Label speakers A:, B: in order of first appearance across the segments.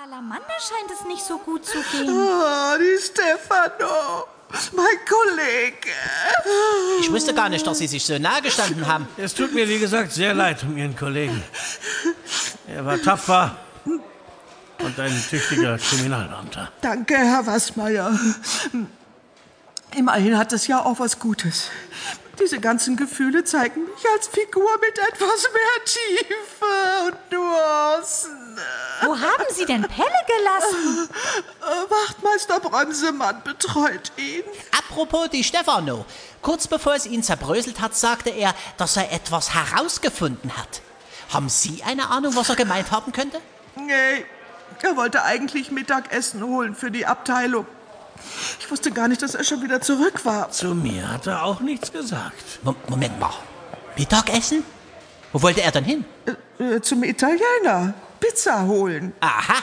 A: Salamander scheint es nicht so gut zu gehen.
B: Ah, die Stefano, mein Kollege.
C: Ich wusste gar nicht, dass Sie sich so nahe gestanden haben.
D: Es tut mir, wie gesagt, sehr leid um Ihren Kollegen. Er war tapfer und ein tüchtiger Kriminalbeamter.
B: Danke, Herr Wassmeier. Immerhin hat es ja auch was Gutes. Diese ganzen Gefühle zeigen mich als Figur mit etwas mehr Tiefe und Nuancen.
A: Wo haben Sie denn Pelle gelassen?
B: Äh, Wachtmeister Bremsemann betreut ihn.
C: Apropos die Stefano. Kurz bevor es ihn zerbröselt hat, sagte er, dass er etwas herausgefunden hat. Haben Sie eine Ahnung, was er gemeint haben könnte?
B: Nee, Äh, er wollte eigentlich Mittagessen holen für die Abteilung. Ich wusste gar nicht, dass er schon wieder zurück war.
D: Zu mir hat er auch nichts gesagt.
C: Mo- Moment mal. Mittagessen? Wo wollte er denn hin?
B: Äh, zum Italiener. Pizza holen.
C: Aha.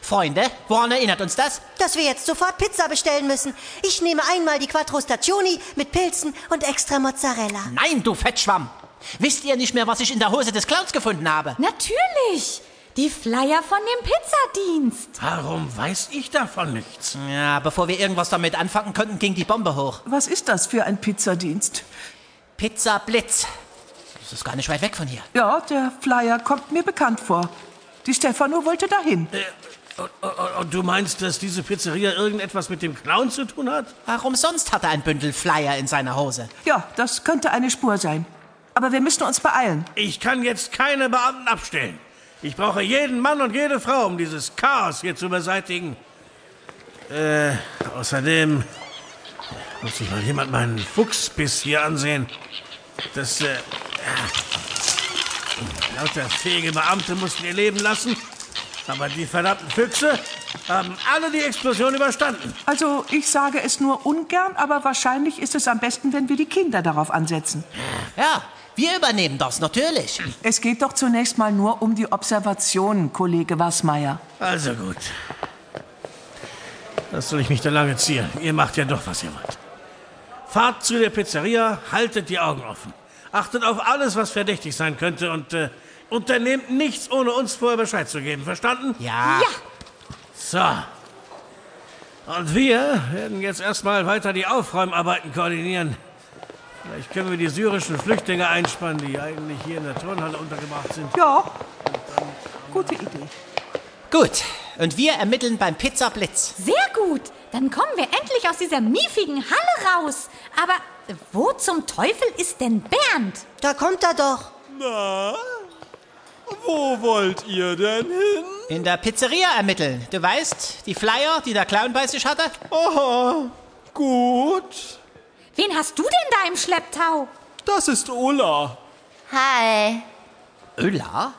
C: Freunde, woran erinnert uns das?
E: dass wir jetzt sofort Pizza bestellen müssen. Ich nehme einmal die Quattro Stagioni mit Pilzen und extra Mozzarella.
C: Nein, du Fettschwamm. Wisst ihr nicht mehr, was ich in der Hose des Clowns gefunden habe?
A: Natürlich. Die Flyer von dem Pizzadienst.
D: Warum weiß ich davon nichts?
C: Ja, bevor wir irgendwas damit anfangen konnten, ging die Bombe hoch.
B: Was ist das für ein Pizzadienst?
C: Pizza Blitz. Das ist gar nicht weit weg von hier.
B: Ja, der Flyer kommt mir bekannt vor. Die Stefano wollte dahin.
D: Äh, und, und, und du meinst, dass diese Pizzeria irgendetwas mit dem Clown zu tun hat?
C: Warum sonst hat er ein Bündel Flyer in seiner Hose?
B: Ja, das könnte eine Spur sein. Aber wir müssen uns beeilen.
D: Ich kann jetzt keine Beamten abstellen. Ich brauche jeden Mann und jede Frau, um dieses Chaos hier zu beseitigen. Äh, außerdem muss sich mal jemand meinen Fuchsbiss hier ansehen. Das, äh, ah, lauter fähige Beamte mussten ihr Leben lassen. Aber die verdammten Füchse haben alle die Explosion überstanden.
B: Also, ich sage es nur ungern, aber wahrscheinlich ist es am besten, wenn wir die Kinder darauf ansetzen.
C: Ja, wir übernehmen das, natürlich.
B: Es geht doch zunächst mal nur um die Observationen, Kollege Wassmeier.
D: Also gut. Das soll ich mich da lange ziehen. Ihr macht ja doch, was ihr wollt. Fahrt zu der Pizzeria, haltet die Augen offen. Achtet auf alles, was verdächtig sein könnte und äh, unternehmt nichts, ohne uns vorher Bescheid zu geben. Verstanden?
C: Ja.
A: Ja,
D: So. Und wir werden jetzt erstmal weiter die Aufräumarbeiten koordinieren. Vielleicht können wir die syrischen Flüchtlinge einspannen, die eigentlich hier in der Turnhalle untergebracht sind.
B: Ja, gute Idee.
C: Gut. Und wir ermitteln beim Pizza Blitz.
A: sehr gut. Dann kommen wir endlich aus dieser miefigen Halle raus. Aber wo zum Teufel ist denn Bernd?
E: Da kommt er doch.
F: Na? Wo wollt ihr denn hin?
C: In der Pizzeria ermitteln. Du weißt, die Flyer, die der Clown bei sich hatte?
F: Aha, gut.
A: Wen hast du denn da im Schlepptau?
F: Das ist Ulla.
E: Hi.
C: Ulla?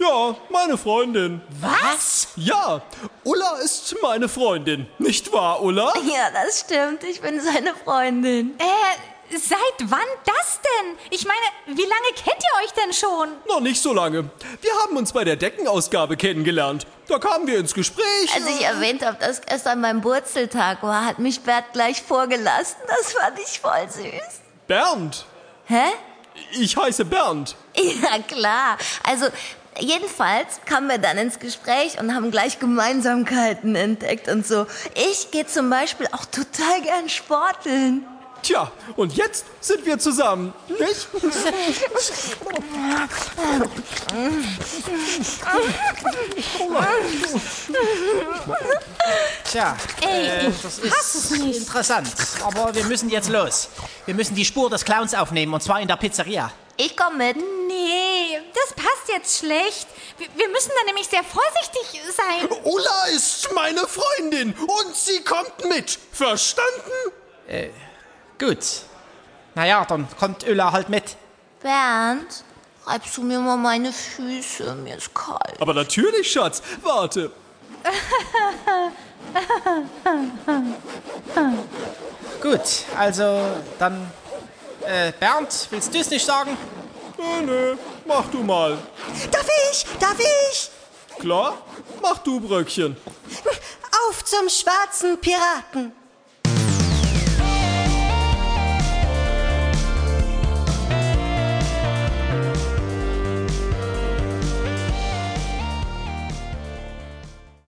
F: Ja, meine Freundin.
C: Was?
F: Ja, Ulla ist meine Freundin. Nicht wahr, Ulla?
E: Ja, das stimmt. Ich bin seine Freundin.
A: Äh, seit wann das denn? Ich meine, wie lange kennt ihr euch denn schon?
F: Noch nicht so lange. Wir haben uns bei der Deckenausgabe kennengelernt. Da kamen wir ins Gespräch.
G: Als Also ich erwähnt habe, dass gestern mein Wurzeltag war, hat mich Bert gleich vorgelassen. Das fand ich voll süß.
F: Bernd.
G: Hä?
F: Ich heiße Bernd.
G: Ja, klar. Also, jedenfalls kamen wir dann ins Gespräch und haben gleich Gemeinsamkeiten entdeckt und so. Ich gehe zum Beispiel auch total gern sporteln.
F: Tja, und jetzt sind wir zusammen. Nicht?
C: Tja, äh, das ist interessant. Aber wir müssen jetzt los. Wir müssen die Spur des Clowns aufnehmen, und zwar in der Pizzeria.
G: Ich komme mit.
A: Nee, das passt jetzt schlecht. Wir, wir müssen da nämlich sehr vorsichtig sein.
F: Ulla ist meine Freundin und sie kommt mit. Verstanden?
C: Gut. Naja, dann kommt Ulla halt mit.
G: Bernd, reibst du mir mal meine Füße? Mir ist kalt.
F: Aber natürlich, Schatz. Warte.
C: Gut, also dann. Äh, Bernd, willst du es nicht sagen?
F: Nö, Äh, nö. Mach du mal.
E: Darf ich? Darf ich?
F: Klar? Mach du Bröckchen.
E: Auf zum schwarzen Piraten.